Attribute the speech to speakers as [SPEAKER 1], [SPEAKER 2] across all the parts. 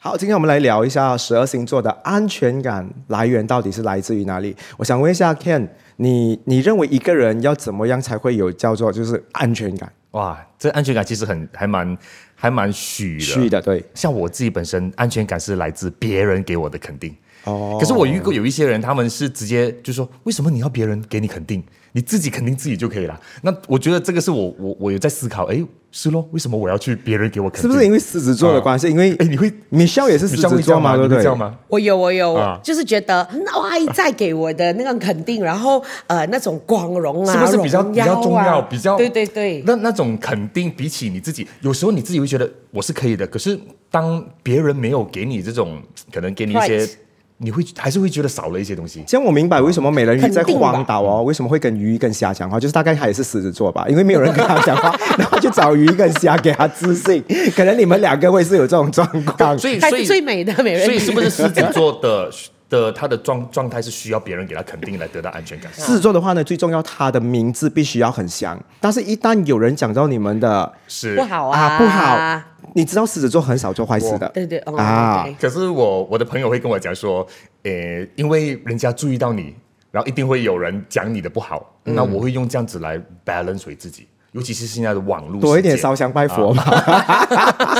[SPEAKER 1] 好，今天我们来聊一下十二星座的安全感来源到底是来自于哪里？我想问一下 Ken，你你认为一个人要怎么样才会有叫做就是安全感？
[SPEAKER 2] 哇，这安全感其实很还蛮还蛮虚的。
[SPEAKER 1] 虚的，对，
[SPEAKER 2] 像我自己本身安全感是来自别人给我的肯定。
[SPEAKER 1] 哦
[SPEAKER 2] 可是我遇过有一些人，他们是直接就说：“为什么你要别人给你肯定？你自己肯定自己就可以了。”那我觉得这个是我我我有在思考，诶，是咯，为什么我要去别人给我肯
[SPEAKER 1] 是
[SPEAKER 2] 定？
[SPEAKER 1] 不是因为狮子座的啊关系？因为
[SPEAKER 2] 诶，你会
[SPEAKER 1] Michelle 也是狮
[SPEAKER 2] 你像
[SPEAKER 1] 子
[SPEAKER 2] 会这
[SPEAKER 1] 座
[SPEAKER 2] 样
[SPEAKER 1] 嘛，
[SPEAKER 2] 吗？
[SPEAKER 1] 对
[SPEAKER 2] 你
[SPEAKER 1] 不
[SPEAKER 2] 会这
[SPEAKER 1] 对
[SPEAKER 2] 样？吗？
[SPEAKER 3] 我有，我有，
[SPEAKER 2] 啊
[SPEAKER 3] 就是觉得外在给我的那个肯定，然后呃那种光荣啊，
[SPEAKER 2] 是不是比较
[SPEAKER 3] 荣
[SPEAKER 2] 比
[SPEAKER 3] 耀啊
[SPEAKER 2] 较重要？比较
[SPEAKER 3] 对对对，
[SPEAKER 2] 那那种肯定比起你自己，有时候你自己会觉得我是可以的，可是当别人没有给你这种，可能给你一些
[SPEAKER 3] Right
[SPEAKER 2] 你会还是会觉得少了一些东西。
[SPEAKER 1] 这样我明白为什么美人鱼在
[SPEAKER 3] 肯定吧
[SPEAKER 1] 荒岛哦，为什么会跟鱼跟虾讲话，就是大概他也是狮子座吧，因为没有人跟他讲话， 然后就找鱼跟虾给他自信。可能你们两个会是有这种状况，
[SPEAKER 2] 所以
[SPEAKER 3] 还
[SPEAKER 2] 所
[SPEAKER 3] 是
[SPEAKER 2] 以
[SPEAKER 3] 最美的美人鱼，
[SPEAKER 2] 所以是不是狮子座的的他的状状态是需要别人给他肯定来得到安全感？
[SPEAKER 1] 狮子座的话呢，最重要他的名字必须要很香，但是一旦有人讲到你们的
[SPEAKER 2] 是
[SPEAKER 3] 不。好啊？
[SPEAKER 1] 啊不好，你知道狮子座很少做坏事的，
[SPEAKER 3] 对对哦
[SPEAKER 1] 啊
[SPEAKER 3] 对
[SPEAKER 2] 可是我我的朋友会跟我讲说，呃，因为人家注意到你，然后一定会有人讲你的不好，那
[SPEAKER 1] 嗯
[SPEAKER 2] 我会用这样子来 balance 回自己，尤其是现在的网络
[SPEAKER 1] 多一
[SPEAKER 2] 世界
[SPEAKER 1] 点烧香拜佛嘛。
[SPEAKER 3] 啊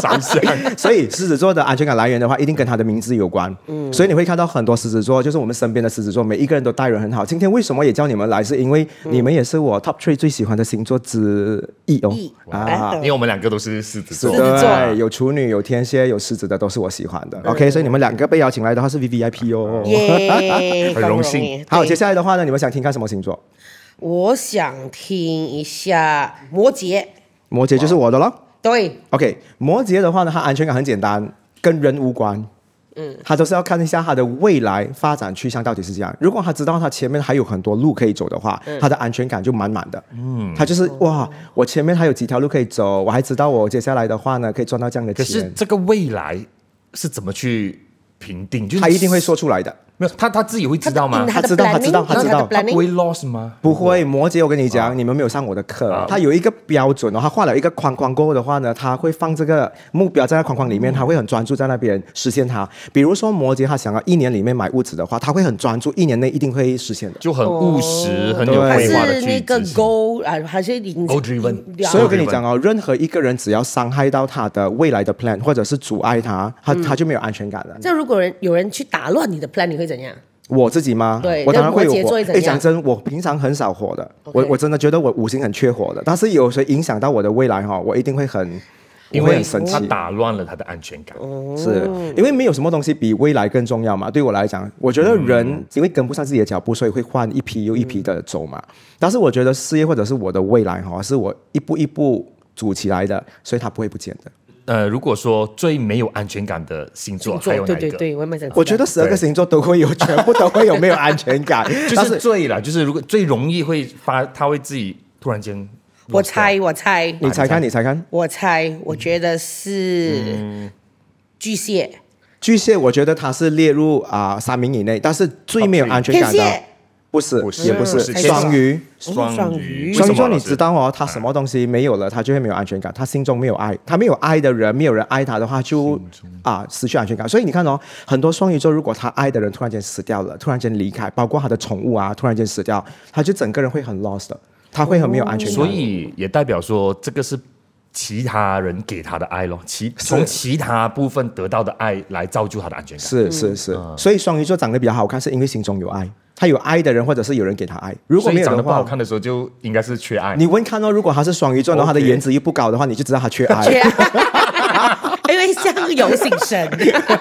[SPEAKER 2] 烧香。
[SPEAKER 1] 所以狮子座的安全感来源的话，一定跟他的名字有关。嗯，所以你会看到很多狮子座，就是我们身边的狮子座，每一个人都待人很好。今天为什么也叫你们来，是因为
[SPEAKER 3] 嗯
[SPEAKER 1] 你们也是我 top three 最喜欢的星座之一哦
[SPEAKER 3] 一。
[SPEAKER 1] 啊，
[SPEAKER 3] 哎
[SPEAKER 2] 因为我们两个都是狮子座，
[SPEAKER 3] E 狮子座
[SPEAKER 1] 对，有处女、有天蝎、有狮子的，都是我喜欢的。OK，所以你
[SPEAKER 3] 嗯
[SPEAKER 1] 们两个被邀请来的话是 V V I P 哦。
[SPEAKER 3] 哎耶，
[SPEAKER 2] 很
[SPEAKER 3] 光
[SPEAKER 2] 荣
[SPEAKER 3] 荣
[SPEAKER 2] 幸
[SPEAKER 3] 耶
[SPEAKER 1] 好，
[SPEAKER 3] 对
[SPEAKER 1] 接下来的话呢，你们想听看什么星座？
[SPEAKER 3] 我想听一下摩羯，
[SPEAKER 1] 摩羯就是我的咯。
[SPEAKER 3] 对，
[SPEAKER 1] OK，摩羯的话呢，它安全感很简单，跟人无关。嗯，他都是要看一下他的未来发展趋向到底是这样。如果他知道他前面还有很多路可以走的话，他的安全感就满满的。嗯，他就是哇，我前面还有几条路可以走，我还知道我接下来的话呢可以赚到这样的
[SPEAKER 2] 可是
[SPEAKER 1] 钱，
[SPEAKER 2] 这个未来是怎么去评定？就是
[SPEAKER 1] 他一定会说出来的。
[SPEAKER 2] 没有他他自己会知道吗？
[SPEAKER 1] 他
[SPEAKER 3] 他
[SPEAKER 1] 知道他
[SPEAKER 3] planning，
[SPEAKER 1] 知道他
[SPEAKER 3] 他
[SPEAKER 1] 知道
[SPEAKER 3] 的
[SPEAKER 2] 他不
[SPEAKER 3] planning，
[SPEAKER 2] 会 lost 吗？
[SPEAKER 1] 不会，摩羯，我跟你讲，你们没有上我的课。他有一个标准哦，他画了一个框框过后的话呢，他会放这个目标在那框框里面，他会很专注在那边实现它。比如说摩羯，他想要一年里面买屋子的话，他会很专注，一年内一定会实现的。
[SPEAKER 2] 就很务实、很有
[SPEAKER 1] 哦对
[SPEAKER 3] 还
[SPEAKER 2] 规划的
[SPEAKER 3] 是
[SPEAKER 2] 去
[SPEAKER 3] 那个
[SPEAKER 2] 执行
[SPEAKER 3] goal 啊，还是领
[SPEAKER 2] Goal driven
[SPEAKER 3] 领
[SPEAKER 1] 所以我跟你讲哦，任何一个人只要伤害到他的未来的 plan，或者是阻碍他，他他就没有安全感了。
[SPEAKER 3] 这如果人有人去打乱你的 plan，你会怎样？
[SPEAKER 1] 我自己吗？
[SPEAKER 3] 对
[SPEAKER 1] 我当然会有
[SPEAKER 3] 那摩羯
[SPEAKER 1] 火。
[SPEAKER 3] 座会怎样
[SPEAKER 1] 讲真，我平常很少火的，
[SPEAKER 3] OK
[SPEAKER 1] 我我真的觉得我五行很缺火的，但是有谁影响到我的未来哈、哦，我一定会很。
[SPEAKER 2] 因
[SPEAKER 1] 我会
[SPEAKER 2] 为
[SPEAKER 1] 很生气哦
[SPEAKER 2] 他打乱了他的安全感。
[SPEAKER 1] 是因为没有什么东西比未来更重要嘛。对我来讲，我觉得人因为跟不上自己的脚步，所以会换一批又一批的走嘛。但是我觉得事业或者是我的未来哈，是我一步一步组起来的，所以它不会不见的。
[SPEAKER 2] 呃，如果说最没有安全感的星座，
[SPEAKER 3] 星座
[SPEAKER 2] 还有哪
[SPEAKER 3] 对
[SPEAKER 2] 一
[SPEAKER 3] 对
[SPEAKER 2] 个？
[SPEAKER 3] 对，我也蛮想知道。
[SPEAKER 1] 我觉得十二个星座都会有，全部都会有没有安全 感，
[SPEAKER 2] 就
[SPEAKER 1] 但
[SPEAKER 2] 是最啦，就是如果最容易会发，他会自己突然间。
[SPEAKER 3] 我猜，我猜，
[SPEAKER 1] 你猜看，你猜看。
[SPEAKER 3] 我猜，我觉得是巨蟹、
[SPEAKER 1] 巨蟹，我觉得它是列入啊、三名以内，但是最没有安全
[SPEAKER 3] 天
[SPEAKER 1] 感的
[SPEAKER 3] 蝎。
[SPEAKER 1] 不是，
[SPEAKER 2] 不是
[SPEAKER 1] 也不是
[SPEAKER 2] 不是
[SPEAKER 1] 双鱼。
[SPEAKER 3] 双鱼
[SPEAKER 2] 双鱼，
[SPEAKER 1] 哦双鱼座
[SPEAKER 2] 为什么啊
[SPEAKER 1] 你知？道哦，
[SPEAKER 2] 哎
[SPEAKER 1] 他什么东西没有了，他就会没有安全感，他心中没有爱，他没有爱的人，没有人爱他的话就，啊失去安全感。所以你看哦，很多双鱼座，如果他爱的人突然间死掉了，突然间离开，包括他的宠物啊，突然间死掉，他就整个人会很 lost 的，他会很没有安
[SPEAKER 2] 老
[SPEAKER 1] 全
[SPEAKER 2] 师
[SPEAKER 1] 感。
[SPEAKER 2] 所以也代表说，这个是其他人给他的爱咯，其从其他部分得到的爱来造就他的安全感。
[SPEAKER 1] 是是是，
[SPEAKER 2] 嗯
[SPEAKER 1] 所以双鱼座长得比较好看，是因为心中有爱，他有爱的人或者是有人给他爱。如果
[SPEAKER 2] 所
[SPEAKER 1] 没
[SPEAKER 2] 以
[SPEAKER 1] 有
[SPEAKER 2] 长得
[SPEAKER 1] 的
[SPEAKER 2] 不好
[SPEAKER 1] 话，
[SPEAKER 2] 看的时候，就应该是缺爱。
[SPEAKER 1] 你问看哦，如果他是双鱼座，然后他的
[SPEAKER 2] OK
[SPEAKER 1] 颜值又不高的话，你就知道他缺 爱。
[SPEAKER 3] 因为像有醒神，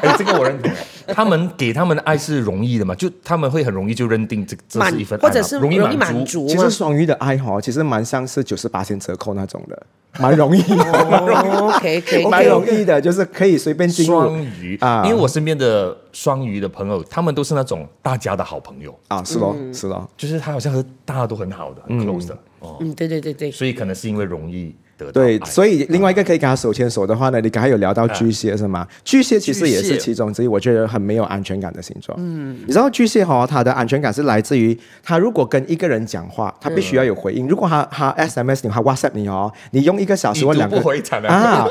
[SPEAKER 2] 哎，这个我认同。他们给他们的爱是容易的嘛？就他们会很容易就认定这这
[SPEAKER 3] 满
[SPEAKER 2] 是一份爱嘛
[SPEAKER 3] 或者是
[SPEAKER 2] 容易
[SPEAKER 3] 容易
[SPEAKER 2] 满
[SPEAKER 3] 满
[SPEAKER 2] 足。
[SPEAKER 3] 足
[SPEAKER 1] 其
[SPEAKER 3] 嘛
[SPEAKER 1] 实。双鱼的爱哈，其实蛮像是九十八折扣那种的，哦蛮容易 的，
[SPEAKER 3] OK OK
[SPEAKER 1] 蛮
[SPEAKER 3] OK，
[SPEAKER 1] 容易的，就是可以随便进入
[SPEAKER 2] 双鱼
[SPEAKER 1] 啊
[SPEAKER 2] 啊，因为我身边的双鱼的朋友，他们都是那种大家的好朋友，
[SPEAKER 1] 啊，是咯是咯。
[SPEAKER 2] 就是他好像和大家都很好的，很 close 的哦。
[SPEAKER 3] 嗯，对对对对，
[SPEAKER 2] 所以可能是因为容易得到
[SPEAKER 1] 对，
[SPEAKER 2] 爱
[SPEAKER 1] 所以另外一个可以跟他手牵手的话呢，你刚才有聊
[SPEAKER 2] 嗯
[SPEAKER 1] 到巨蟹是吗？巨蟹其实也
[SPEAKER 4] 巨蟹
[SPEAKER 1] 是其中之一，我觉得很没有安全感的星座。嗯，你知道巨蟹哈、哦，他的安全感是来自于他如果跟一个人讲话，他必须要有回
[SPEAKER 2] 嗯
[SPEAKER 1] 应。如果他他 SMS 你，他 WhatsApp 你哦，你用一个小时或
[SPEAKER 2] 已读
[SPEAKER 1] 两个
[SPEAKER 2] 不回才能
[SPEAKER 1] 啊，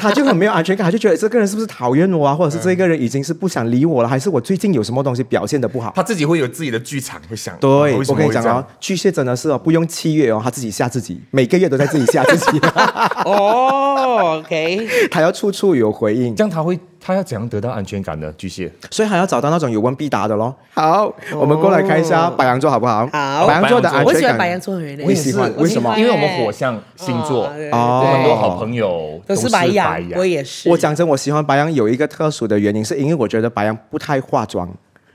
[SPEAKER 1] 他就很没有安全感，他就觉得这个人是不是讨厌我啊，或者是这个人已经是不想理我了，还是我最近有什么东西表现的不好？
[SPEAKER 2] 他自己会有自己的剧场，会想啊
[SPEAKER 1] 对，
[SPEAKER 2] 为什
[SPEAKER 1] 我
[SPEAKER 2] 么
[SPEAKER 1] 跟你
[SPEAKER 2] 会这
[SPEAKER 1] 讲
[SPEAKER 2] 样
[SPEAKER 1] 哦，巨蟹真的是哦，不用七月哦，他自己吓自己，每个月都在自己吓自 己，
[SPEAKER 4] 哦，
[SPEAKER 3] OK，
[SPEAKER 1] 他要处处有回应，
[SPEAKER 2] 这样他会他要怎样得到安全感呢？巨蟹，
[SPEAKER 1] 所以还要找到那种有问必答的咯。好，我们过来看一下白羊座好不好？
[SPEAKER 3] 好
[SPEAKER 1] 白羊座的安
[SPEAKER 2] 我
[SPEAKER 3] 我
[SPEAKER 1] 全
[SPEAKER 3] 喜欢
[SPEAKER 1] 感，
[SPEAKER 3] 白羊座的人，
[SPEAKER 1] 我也喜欢
[SPEAKER 2] 我
[SPEAKER 1] 为什么
[SPEAKER 2] 因为我们火象星座，
[SPEAKER 3] 哦对
[SPEAKER 1] 哦
[SPEAKER 2] 我
[SPEAKER 3] 对
[SPEAKER 2] 很多好朋友
[SPEAKER 3] 都是
[SPEAKER 2] 是
[SPEAKER 3] 白
[SPEAKER 2] 羊，
[SPEAKER 3] 羊，我也是。
[SPEAKER 1] 我讲真，我喜欢白羊有一个特殊的原因，是因为我觉得白羊不太化妆。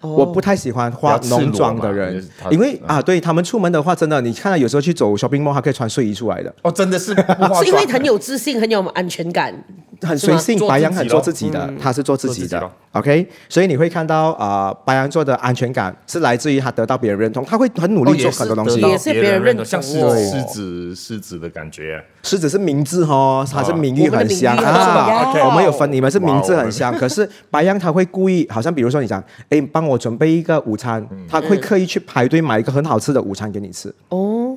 [SPEAKER 1] 我不太喜欢化
[SPEAKER 2] 比较赤裸
[SPEAKER 1] 浓妆
[SPEAKER 2] 嘛
[SPEAKER 1] 的
[SPEAKER 2] 就
[SPEAKER 1] 人
[SPEAKER 2] 是他，
[SPEAKER 1] 因为啊，对他们出门的话，真的，你看到有时候去走 shopping mall，他可以穿睡衣出来的，
[SPEAKER 2] 哦，真的是不化妆
[SPEAKER 3] 是因为很有自信，很有安全感。
[SPEAKER 1] 很随性
[SPEAKER 2] 是吗。
[SPEAKER 1] 白羊很做
[SPEAKER 2] 做
[SPEAKER 1] 自
[SPEAKER 2] 自
[SPEAKER 1] 己的，他是做自己
[SPEAKER 2] 做自己
[SPEAKER 1] 的
[SPEAKER 2] 咯。
[SPEAKER 1] OK，所以你会看到啊、呃白羊座的安全感是来自于他得到别人认同，他会很努力做很多东西。
[SPEAKER 2] 哦也
[SPEAKER 3] 也
[SPEAKER 2] 是
[SPEAKER 3] 是
[SPEAKER 2] 得到
[SPEAKER 3] 别
[SPEAKER 2] 别人
[SPEAKER 3] 人认
[SPEAKER 2] 认
[SPEAKER 3] 同
[SPEAKER 2] 同，像狮
[SPEAKER 3] 我
[SPEAKER 2] 子狮子狮子的感觉。啊
[SPEAKER 1] 狮子是名字哦，它是名誉很香
[SPEAKER 3] 我们的名誉很
[SPEAKER 1] 啊。
[SPEAKER 3] 重要哦
[SPEAKER 1] 我们有分，你们是名字很香，可是白羊他会故意，好像比如说你讲，哎，帮我准备一个午餐，
[SPEAKER 2] 嗯
[SPEAKER 1] 他会刻意去排队买一个很好吃的午餐给你吃
[SPEAKER 3] 哦，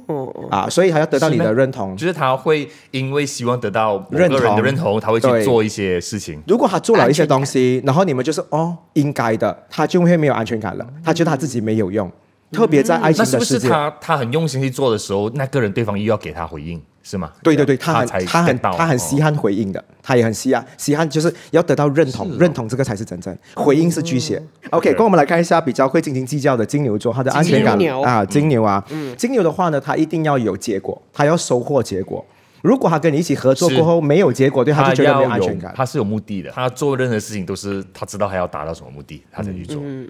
[SPEAKER 1] 啊，所以他要得到你的认同。
[SPEAKER 2] 就是他会因为希望得到某个
[SPEAKER 1] 认
[SPEAKER 2] 人
[SPEAKER 1] 同
[SPEAKER 2] 的认同，他会
[SPEAKER 1] 对
[SPEAKER 2] 去做一些事情。
[SPEAKER 1] 如果他做了一些东西，然后你们就是哦应该的，他就会没有安全感了，他觉得他自己没有用，特别在爱情
[SPEAKER 2] 嗯那是
[SPEAKER 1] 的
[SPEAKER 2] 不
[SPEAKER 1] 世
[SPEAKER 2] 是
[SPEAKER 1] 界。
[SPEAKER 2] 他他很用心去做的时候，那个人对方又要给他回应，是吗？
[SPEAKER 1] 对对对，他
[SPEAKER 2] 他
[SPEAKER 1] 很
[SPEAKER 2] 才
[SPEAKER 1] 他很
[SPEAKER 2] get 到哦
[SPEAKER 1] 他很稀罕回应的，他也很稀罕，稀罕就是要得到认同，认同这个才是真正回应是巨蟹。OK，
[SPEAKER 2] 哦嗯对
[SPEAKER 1] 跟我们来看一下比较会斤斤计较的金牛座，他的安全感
[SPEAKER 3] 金牛嗯
[SPEAKER 1] 啊，金牛啊，金牛的话呢，他一定要有结果，他要收获结果。如果他跟你一起合作
[SPEAKER 2] 是
[SPEAKER 1] 过后没有结果，对他
[SPEAKER 2] 他
[SPEAKER 1] 就觉得没有
[SPEAKER 2] 要
[SPEAKER 1] 安全
[SPEAKER 2] 有
[SPEAKER 1] 感，
[SPEAKER 2] 他是有目的的，他做任何事情都是他知道他要达到什么目的，他才去做。
[SPEAKER 1] 嗯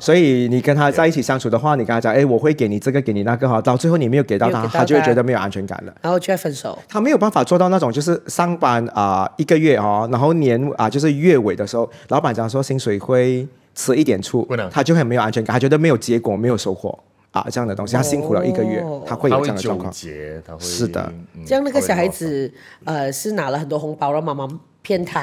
[SPEAKER 1] 所以你跟他在一起相处的话，你跟他讲，哎，我会给你这个，给你那个哈，到最后你没有给到
[SPEAKER 3] 没
[SPEAKER 1] 他，
[SPEAKER 3] 有给到
[SPEAKER 1] 他就会
[SPEAKER 3] 他
[SPEAKER 1] 觉得没有安全感了。
[SPEAKER 3] 然后就要分手。
[SPEAKER 1] 他没有办法做到那种就是上班啊、一个月哦，然后年啊、就是月尾的时候，老板讲说薪水会迟一点出
[SPEAKER 2] 会的，
[SPEAKER 1] 他就很没有安全感，他觉得没有结果、没有收获啊这样的东西，他辛苦了一个月，他会有
[SPEAKER 2] 哦
[SPEAKER 1] 这
[SPEAKER 2] 他会
[SPEAKER 1] 样的状
[SPEAKER 2] 纠
[SPEAKER 1] 况。
[SPEAKER 2] 结，他会
[SPEAKER 1] 是的，
[SPEAKER 2] 嗯
[SPEAKER 3] 这样那个小孩，
[SPEAKER 2] 他会
[SPEAKER 3] 子，呃，是拿了很多红包，让妈妈骗他。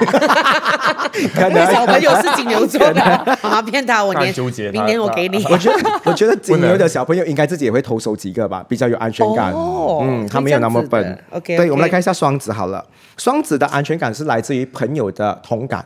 [SPEAKER 1] 可
[SPEAKER 3] 那个 小
[SPEAKER 1] 能
[SPEAKER 3] 朋友是金牛座 的，妈妈骗他，我年
[SPEAKER 2] 大纠结他
[SPEAKER 3] 明年我给你。
[SPEAKER 1] 我觉得，我觉得金牛的小朋友应该自己也会投手几个吧，比较有安全感。
[SPEAKER 3] 哦
[SPEAKER 1] 嗯，
[SPEAKER 3] 是
[SPEAKER 1] 他没有那么
[SPEAKER 3] 这样
[SPEAKER 1] 笨
[SPEAKER 3] 子。的，OK，
[SPEAKER 1] 对，我们来
[SPEAKER 3] OK
[SPEAKER 1] 看一下双子好了。双子的安全感是来自于朋友的同感。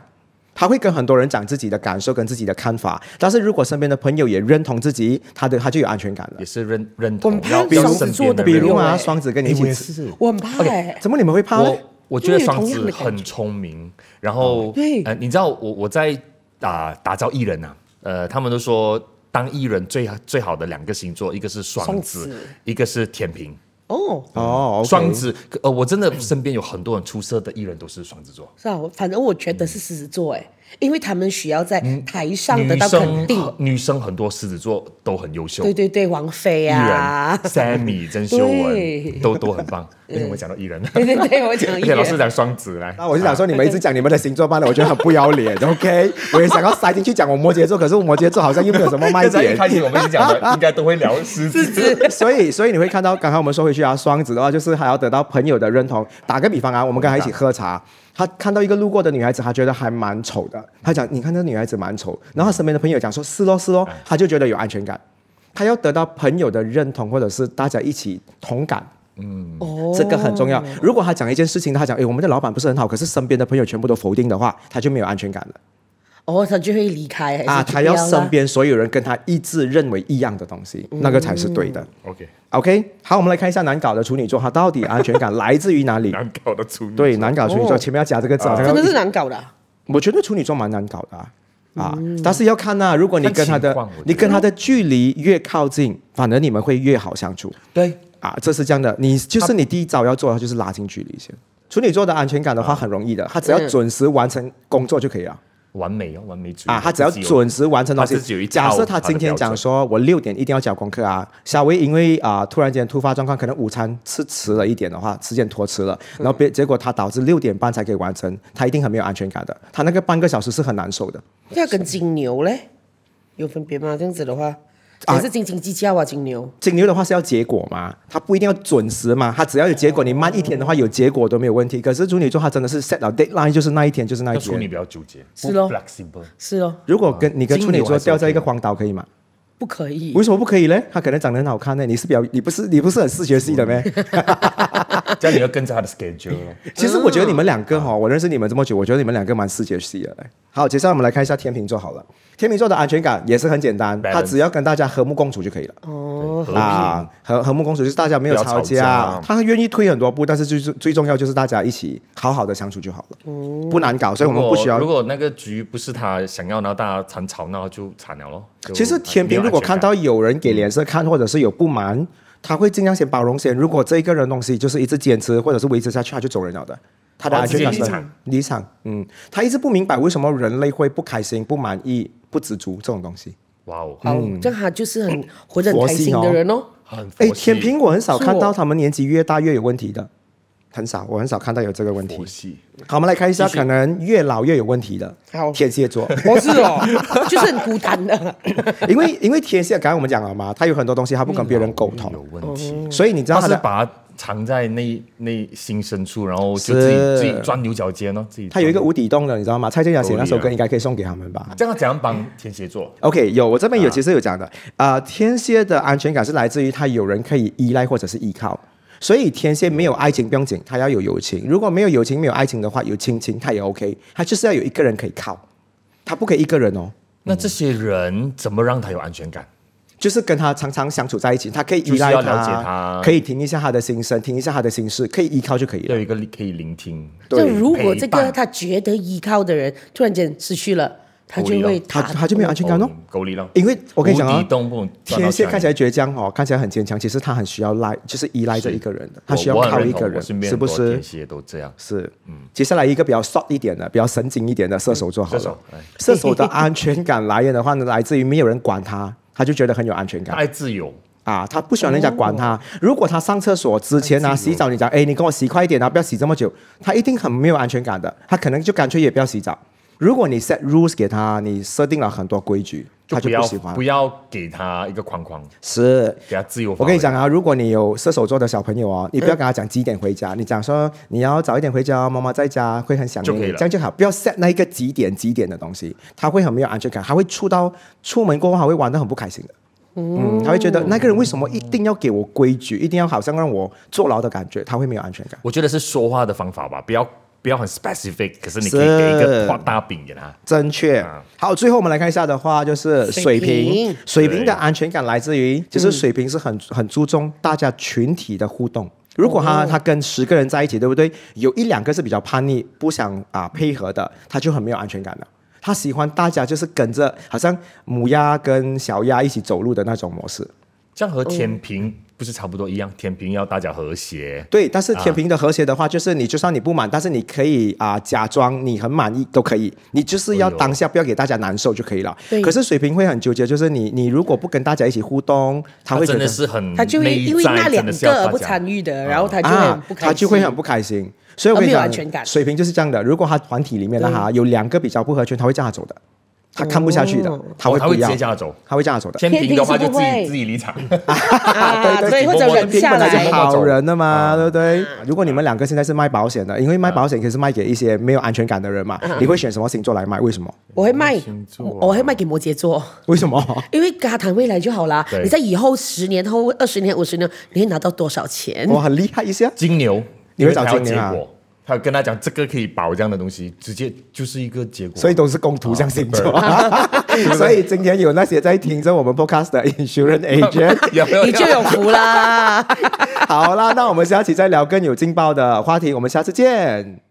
[SPEAKER 1] 他会跟很多人讲自己的感受跟自己的看法，但是如果身边的朋友也认同自己，他的他就有安全感了
[SPEAKER 2] 也。是认认
[SPEAKER 3] 我
[SPEAKER 2] 同
[SPEAKER 3] 们，怕
[SPEAKER 2] 要
[SPEAKER 3] 比如
[SPEAKER 2] 要身边的
[SPEAKER 1] 比
[SPEAKER 2] 人
[SPEAKER 1] 如啊，
[SPEAKER 3] 哎
[SPEAKER 1] 双子跟你一
[SPEAKER 2] 哎我
[SPEAKER 1] 起
[SPEAKER 2] 也
[SPEAKER 1] 吃，
[SPEAKER 2] 是，
[SPEAKER 3] 我很怕哎，
[SPEAKER 1] 怎么你们会怕呢
[SPEAKER 2] 我？我觉得
[SPEAKER 3] 因为有
[SPEAKER 2] 双
[SPEAKER 3] 同样
[SPEAKER 2] 子
[SPEAKER 3] 的感
[SPEAKER 2] 很
[SPEAKER 3] 觉哦
[SPEAKER 2] 聪明，然后
[SPEAKER 3] 对
[SPEAKER 2] 呃，你知道我我在打、打造艺人呐、呃，他们都说当艺人最最好的两个星座，一个是双
[SPEAKER 3] 双
[SPEAKER 2] 子，
[SPEAKER 3] 子
[SPEAKER 2] 一个是天平。
[SPEAKER 3] 哦，
[SPEAKER 1] 哦，OK
[SPEAKER 2] 双子，可呃，我真的身边有很多很出色的艺人都是双子座，
[SPEAKER 3] 是啊，我反正我觉得是狮子座哎，因为他们需要在台上得
[SPEAKER 2] 嗯女
[SPEAKER 3] 到肯
[SPEAKER 2] 生
[SPEAKER 3] 定。
[SPEAKER 2] 女生很多狮子座都很优秀，
[SPEAKER 3] 对对对，王菲
[SPEAKER 2] 艺
[SPEAKER 3] 啊
[SPEAKER 2] 人，Sammy 曾秀
[SPEAKER 3] 对
[SPEAKER 2] 文都都很棒。为什么讲到艺人？
[SPEAKER 3] 对对对，我讲 艺
[SPEAKER 2] 对，
[SPEAKER 3] 人
[SPEAKER 2] 老师讲双子来，
[SPEAKER 1] 那我就想说，你们一直讲你们的星座罢了，我觉得很不要脸。OK，我也想要塞进去讲我摩羯座，可是我摩羯座好像又没有什 么卖
[SPEAKER 2] 刚才一
[SPEAKER 1] 点。
[SPEAKER 2] 开始我们是讲的，应该都会聊狮子。
[SPEAKER 1] 所以，所以你会看到，刚才我们说回去啊，双子的话就是还要得到朋友的认同。打个比方啊，我们刚才一起喝茶，他看到一个路过的女孩子，他觉得还蛮丑的，他讲你看这女孩子蛮丑，然后他身边的朋友讲说是咯是咯，他就觉得有安全感，他要得到朋友的认同，或者是大家一起同感。嗯
[SPEAKER 3] 哦
[SPEAKER 1] 这个很重要。如果他讲一件事情，他讲，哎诶，我们的老板不是很好，可是身边的朋友全部都否定的话，他就没有安全感了
[SPEAKER 3] 哦，他就会离开还是
[SPEAKER 1] 啊！
[SPEAKER 3] 就
[SPEAKER 1] 他
[SPEAKER 3] 不
[SPEAKER 1] 要
[SPEAKER 3] 啦
[SPEAKER 1] 身边所有人跟他一致认为一样的东西，那个才是对的。
[SPEAKER 2] OK，
[SPEAKER 1] OK，好，我们来看一下难搞的处女座，他到底安全感来自于哪 里？
[SPEAKER 2] 难搞的处女。
[SPEAKER 1] 对，难搞处女座
[SPEAKER 3] 哦
[SPEAKER 1] 前面要加这个字，好像
[SPEAKER 3] 真的
[SPEAKER 2] 哦
[SPEAKER 1] 要
[SPEAKER 3] 是难搞的啊。
[SPEAKER 1] 我觉得处女座蛮难搞的啊。啊，但是要看呐、如果你
[SPEAKER 2] 嗯看
[SPEAKER 1] 跟他
[SPEAKER 2] 情
[SPEAKER 1] 的
[SPEAKER 2] 况我觉得
[SPEAKER 1] 你跟他的距离越靠近，反而你们会越好相处。
[SPEAKER 2] 对，
[SPEAKER 1] 啊，这是这样的，你就是你第一招要做的就是拉近距离先。处女座的安全感的话很容易的，他只要
[SPEAKER 2] 嗯
[SPEAKER 1] 准时完成工作就可以了、
[SPEAKER 2] 完美哦，完美主义
[SPEAKER 1] 啊，他只要
[SPEAKER 2] 自己有
[SPEAKER 1] 准时完成东
[SPEAKER 2] 他自己有
[SPEAKER 1] 西。
[SPEAKER 2] 一
[SPEAKER 1] 假
[SPEAKER 2] 套
[SPEAKER 1] 设他今天讲说，我六点一定要交功课啊，小薇因为啊、突然间突发状况，可能午餐吃迟了一点的话，时间拖迟了，然
[SPEAKER 2] 嗯
[SPEAKER 1] 后别结果他导致六点半才可以完成，他一定很没有安全感的，他那个半个小时是很难受的。
[SPEAKER 3] 那跟金牛嘞有分别吗？这样子的话，
[SPEAKER 1] 啊
[SPEAKER 3] 也是斤斤计较啊，金牛。
[SPEAKER 1] 金牛的话是要结果嘛，它不一定要准时嘛，它只要有结果，你慢一天的话有结果都没有问题。可是处女座它真的是 set 了 deadline，就是那一天，就是那一
[SPEAKER 2] 那处女
[SPEAKER 1] 天。
[SPEAKER 2] 比较纠结，
[SPEAKER 3] 是咯
[SPEAKER 2] 不 flexible。
[SPEAKER 3] 是哦，
[SPEAKER 1] 如果跟你跟处女
[SPEAKER 2] 金牛
[SPEAKER 1] 座
[SPEAKER 2] 还是
[SPEAKER 1] 掉在一个
[SPEAKER 2] OK
[SPEAKER 1] 荒岛可以吗？
[SPEAKER 3] 不可以
[SPEAKER 1] 为。什么不可以嘞？他可能长得很好看呢，你是比较你不是你不是很视觉系的咩？
[SPEAKER 2] 这样你要跟着他的 schedule 咯。
[SPEAKER 1] 其实我觉得你们两
[SPEAKER 2] 嗯
[SPEAKER 1] 个哈，我认识你们这么久，我觉得你们两个蛮视觉系的嘞。好，接下来我们来看一下天秤座好了。天秤座的安全感也是很简单，
[SPEAKER 2] Balance
[SPEAKER 1] 他只要跟大家和睦共处就可以了。
[SPEAKER 3] 哦，
[SPEAKER 2] 嗯
[SPEAKER 1] 啊，和和睦共处就是大家没有
[SPEAKER 2] 不要吵
[SPEAKER 1] 架
[SPEAKER 2] 架，
[SPEAKER 1] 他愿意推很多步，但是最最重要就是大家一起好好的相处就好了，不难搞， 所以我们不需要
[SPEAKER 2] 如。果那个局不是他想要，然后大家常吵闹就惨了咯。就
[SPEAKER 1] 其实天平如果看到有人给脸色看，或者是有不满，他会尽量先包容先。如果这一个人东西就是一直坚持或者是维持下去，他就走人了的。他的
[SPEAKER 2] 哦
[SPEAKER 1] 安全感
[SPEAKER 2] 直
[SPEAKER 1] 是
[SPEAKER 2] 接
[SPEAKER 1] 很离场，嗯，他一直不明白为什么人类会不开心、不满意、不知足这种东西。
[SPEAKER 2] 哇哦，
[SPEAKER 3] 好，这样他就是很活得很开
[SPEAKER 1] 佛
[SPEAKER 3] 心
[SPEAKER 1] 系
[SPEAKER 3] 的
[SPEAKER 1] 哦
[SPEAKER 3] 人哦。
[SPEAKER 2] 很佛
[SPEAKER 1] 哎，
[SPEAKER 2] 系
[SPEAKER 1] 天平我很少
[SPEAKER 3] 是
[SPEAKER 1] 看到
[SPEAKER 3] 哦
[SPEAKER 1] 他们年纪越大越有问题的，很少，我很少看到有这个问题
[SPEAKER 2] 佛。系，
[SPEAKER 1] 好，我们来看一下可能越老越有问题的
[SPEAKER 4] 好
[SPEAKER 1] 天蝎座，
[SPEAKER 4] 我是哦，
[SPEAKER 3] 就是很孤单的。
[SPEAKER 1] 因为因为天蝎刚才我们讲了嘛，他有很多东西他不跟别人沟
[SPEAKER 3] 嗯
[SPEAKER 1] 通
[SPEAKER 2] 有，问题。
[SPEAKER 1] 所以你知道
[SPEAKER 2] 他
[SPEAKER 1] 他
[SPEAKER 2] 是
[SPEAKER 1] 的
[SPEAKER 2] 把它藏在内内心深处，然后就自己
[SPEAKER 1] 是
[SPEAKER 2] 自己钻牛角尖咯，自己
[SPEAKER 1] 他
[SPEAKER 2] 钻
[SPEAKER 1] 有一个无底洞的，你知道吗？蔡健雅写那首
[SPEAKER 2] 有理
[SPEAKER 1] 歌
[SPEAKER 2] 啊
[SPEAKER 1] 应该可以送给他们吧。
[SPEAKER 2] 这样怎样帮天蝎座？
[SPEAKER 1] OK，有我这边有其实有讲的啊、天蝎的安全感是来自于他有人可以依赖或者是依靠，所以天蝎没有爱情不用紧，他要有友情。如果没有友情没有爱情的话，有亲情他也 OK，他就是要有一个人可以靠，他不可以一个人哦。
[SPEAKER 2] 那这些人怎么让他有安全感？
[SPEAKER 1] 就是跟他常常相处在一起，他可以依赖
[SPEAKER 2] 就
[SPEAKER 1] 他，
[SPEAKER 2] 是要了解他
[SPEAKER 1] 可以听一下他的心声，听一下他的心事，可以依靠就可以
[SPEAKER 2] 要
[SPEAKER 1] 了。
[SPEAKER 2] 有一个可以聆听，
[SPEAKER 3] 就如果这
[SPEAKER 2] 陪
[SPEAKER 3] 个
[SPEAKER 2] 伴
[SPEAKER 3] 他觉得依靠的人突然间失去了，他就
[SPEAKER 2] 我一
[SPEAKER 3] 会
[SPEAKER 2] 样
[SPEAKER 1] 他
[SPEAKER 3] 他
[SPEAKER 1] 他就没有安全感哦，
[SPEAKER 2] 狗力了。
[SPEAKER 1] 因为我跟你讲
[SPEAKER 2] 无
[SPEAKER 1] 啊
[SPEAKER 2] 底，洞不
[SPEAKER 1] 天蝎看起
[SPEAKER 2] 来
[SPEAKER 1] 来倔强哦，看起来很坚强，其实他很需要赖，就是依赖着一个人的，他需要靠一个人，是不是
[SPEAKER 2] 天？蝎嗯都这样。
[SPEAKER 1] 是，接下来一个比较 short 一点的，比较神经一点的射手座好
[SPEAKER 2] 射
[SPEAKER 1] 了
[SPEAKER 2] 手哎。
[SPEAKER 1] 射手的安全感来源的话呢，来自于没有人管他，他就觉得很有安全
[SPEAKER 2] 他
[SPEAKER 1] 感
[SPEAKER 2] 爱自由，
[SPEAKER 1] 啊，他不喜欢人家管他。
[SPEAKER 2] 哦
[SPEAKER 1] 如果他上厕所之前啊，洗澡，你讲，哎，你跟我洗快一点啊，不要洗这么久，他一定很没有安全感的，他可能就干脆也不要洗澡。如果你 set rules 给他，你设定了很多规矩，他就
[SPEAKER 2] 不要
[SPEAKER 1] 不喜欢
[SPEAKER 2] 不。要给他一个框框，
[SPEAKER 1] 是，
[SPEAKER 2] 给他自由。
[SPEAKER 1] 我跟你，讲啊，如果你有射手座的小朋友
[SPEAKER 2] 嗯
[SPEAKER 1] 哦，你不要跟他讲几点回家，你讲说你要早一点回家哦，妈妈在家会很想
[SPEAKER 2] 就
[SPEAKER 1] 念
[SPEAKER 2] 可
[SPEAKER 1] 你，
[SPEAKER 2] 以了
[SPEAKER 1] 这样就好，不要 set 那一个几点几点的东西，他会很没有安全感，他会出到出门过后，他会玩得很不开心的。嗯，他会觉得那个人为什么一定要给我规矩，一定要好像让我坐牢的感觉，他会没有安全感。
[SPEAKER 2] 我觉得是说话的方法吧，不要不要很 specific，可是你可以给一
[SPEAKER 1] 是
[SPEAKER 2] 个画大饼给他。
[SPEAKER 1] 正确。好，最后我们来看一下的话，就是水
[SPEAKER 3] 水平
[SPEAKER 1] 平。水平的安全感来自于，其实水平是
[SPEAKER 3] 嗯
[SPEAKER 1] 很很注重大家群体的互动。如果
[SPEAKER 3] 哦
[SPEAKER 1] 他、他跟十个人在一起，对不对？有一两个是比较叛逆、不想啊、配合的，他就很没有安全感了。他喜欢大家就是跟着，好像母鸭跟小鸭一起走路的那种模式。
[SPEAKER 2] 这样和天平不是差不多一样？天平要大家和谐，
[SPEAKER 1] 对，但
[SPEAKER 2] 啊
[SPEAKER 1] 是天平的和谐的话，就是你就算你不满，但是你可以啊、假装你很满意都可以，你就是要
[SPEAKER 2] 哎呦
[SPEAKER 1] 当下不要给大家难受就可以了。
[SPEAKER 3] 对
[SPEAKER 1] 可是水瓶会很纠结，就是你你如果不跟大家一起互动，他会觉
[SPEAKER 2] 真
[SPEAKER 1] 得
[SPEAKER 2] 的是很
[SPEAKER 3] 他就会因为
[SPEAKER 2] 嗯内在
[SPEAKER 3] 那
[SPEAKER 2] 真
[SPEAKER 3] 两
[SPEAKER 2] 的是要
[SPEAKER 3] 个而
[SPEAKER 2] 大
[SPEAKER 3] 不
[SPEAKER 2] 家嗯
[SPEAKER 3] 参与的，然后他就会很
[SPEAKER 1] 啊
[SPEAKER 3] 不，开心，
[SPEAKER 1] 他就会很不开心。所以我
[SPEAKER 3] 他
[SPEAKER 1] 跟你
[SPEAKER 3] 没有
[SPEAKER 1] 讲，
[SPEAKER 3] 安全感
[SPEAKER 1] 水瓶就是这样的。如果他团体里面的哈有两个比较不合群，他会叫他走的，他看不下去的，他
[SPEAKER 2] 哦
[SPEAKER 1] 会
[SPEAKER 2] 他
[SPEAKER 1] 不
[SPEAKER 2] 会
[SPEAKER 1] 要，
[SPEAKER 2] 直接叫他走。
[SPEAKER 1] 他会叫他走的。
[SPEAKER 2] 天平的话
[SPEAKER 3] 天
[SPEAKER 2] 就
[SPEAKER 3] 平是
[SPEAKER 2] 自
[SPEAKER 3] 不会
[SPEAKER 2] 己自己离场，
[SPEAKER 3] 啊，
[SPEAKER 1] 对对
[SPEAKER 3] 所以或者
[SPEAKER 2] 默默地
[SPEAKER 3] 忍
[SPEAKER 1] 平
[SPEAKER 3] 下
[SPEAKER 1] 本来
[SPEAKER 3] 来
[SPEAKER 1] 就
[SPEAKER 2] 默。默
[SPEAKER 1] 好
[SPEAKER 2] 走
[SPEAKER 1] 人的嘛，啊对不对？如果你们两个现在是卖保险的，因为卖保险可以是卖给一些没有安全感的人嘛，你会选什么星座来卖？为什么？
[SPEAKER 3] 我会卖
[SPEAKER 2] 星，座啊
[SPEAKER 3] 我我会卖给摩羯座，
[SPEAKER 1] 为什么？
[SPEAKER 3] 因为跟他谈未来就好啦。
[SPEAKER 2] 对
[SPEAKER 3] 你在以后十年后、二十年、五十年，你会拿到多少钱？
[SPEAKER 1] 我很厉害一下，
[SPEAKER 2] 金牛，
[SPEAKER 1] 你会找
[SPEAKER 2] 因为
[SPEAKER 1] 金
[SPEAKER 2] 他
[SPEAKER 1] 牛
[SPEAKER 2] 要
[SPEAKER 1] 啊
[SPEAKER 2] 结果，他跟他讲这个可以保这样的东西，直接就是一个结果。
[SPEAKER 1] 所以都是共图像星座。 所以今天有那些在听着我们 podcast 的 insurance agent，
[SPEAKER 2] 有没有
[SPEAKER 3] 你就有福啦。
[SPEAKER 1] 好啦，那我们下期再聊更有劲爆的话题，我们下次见。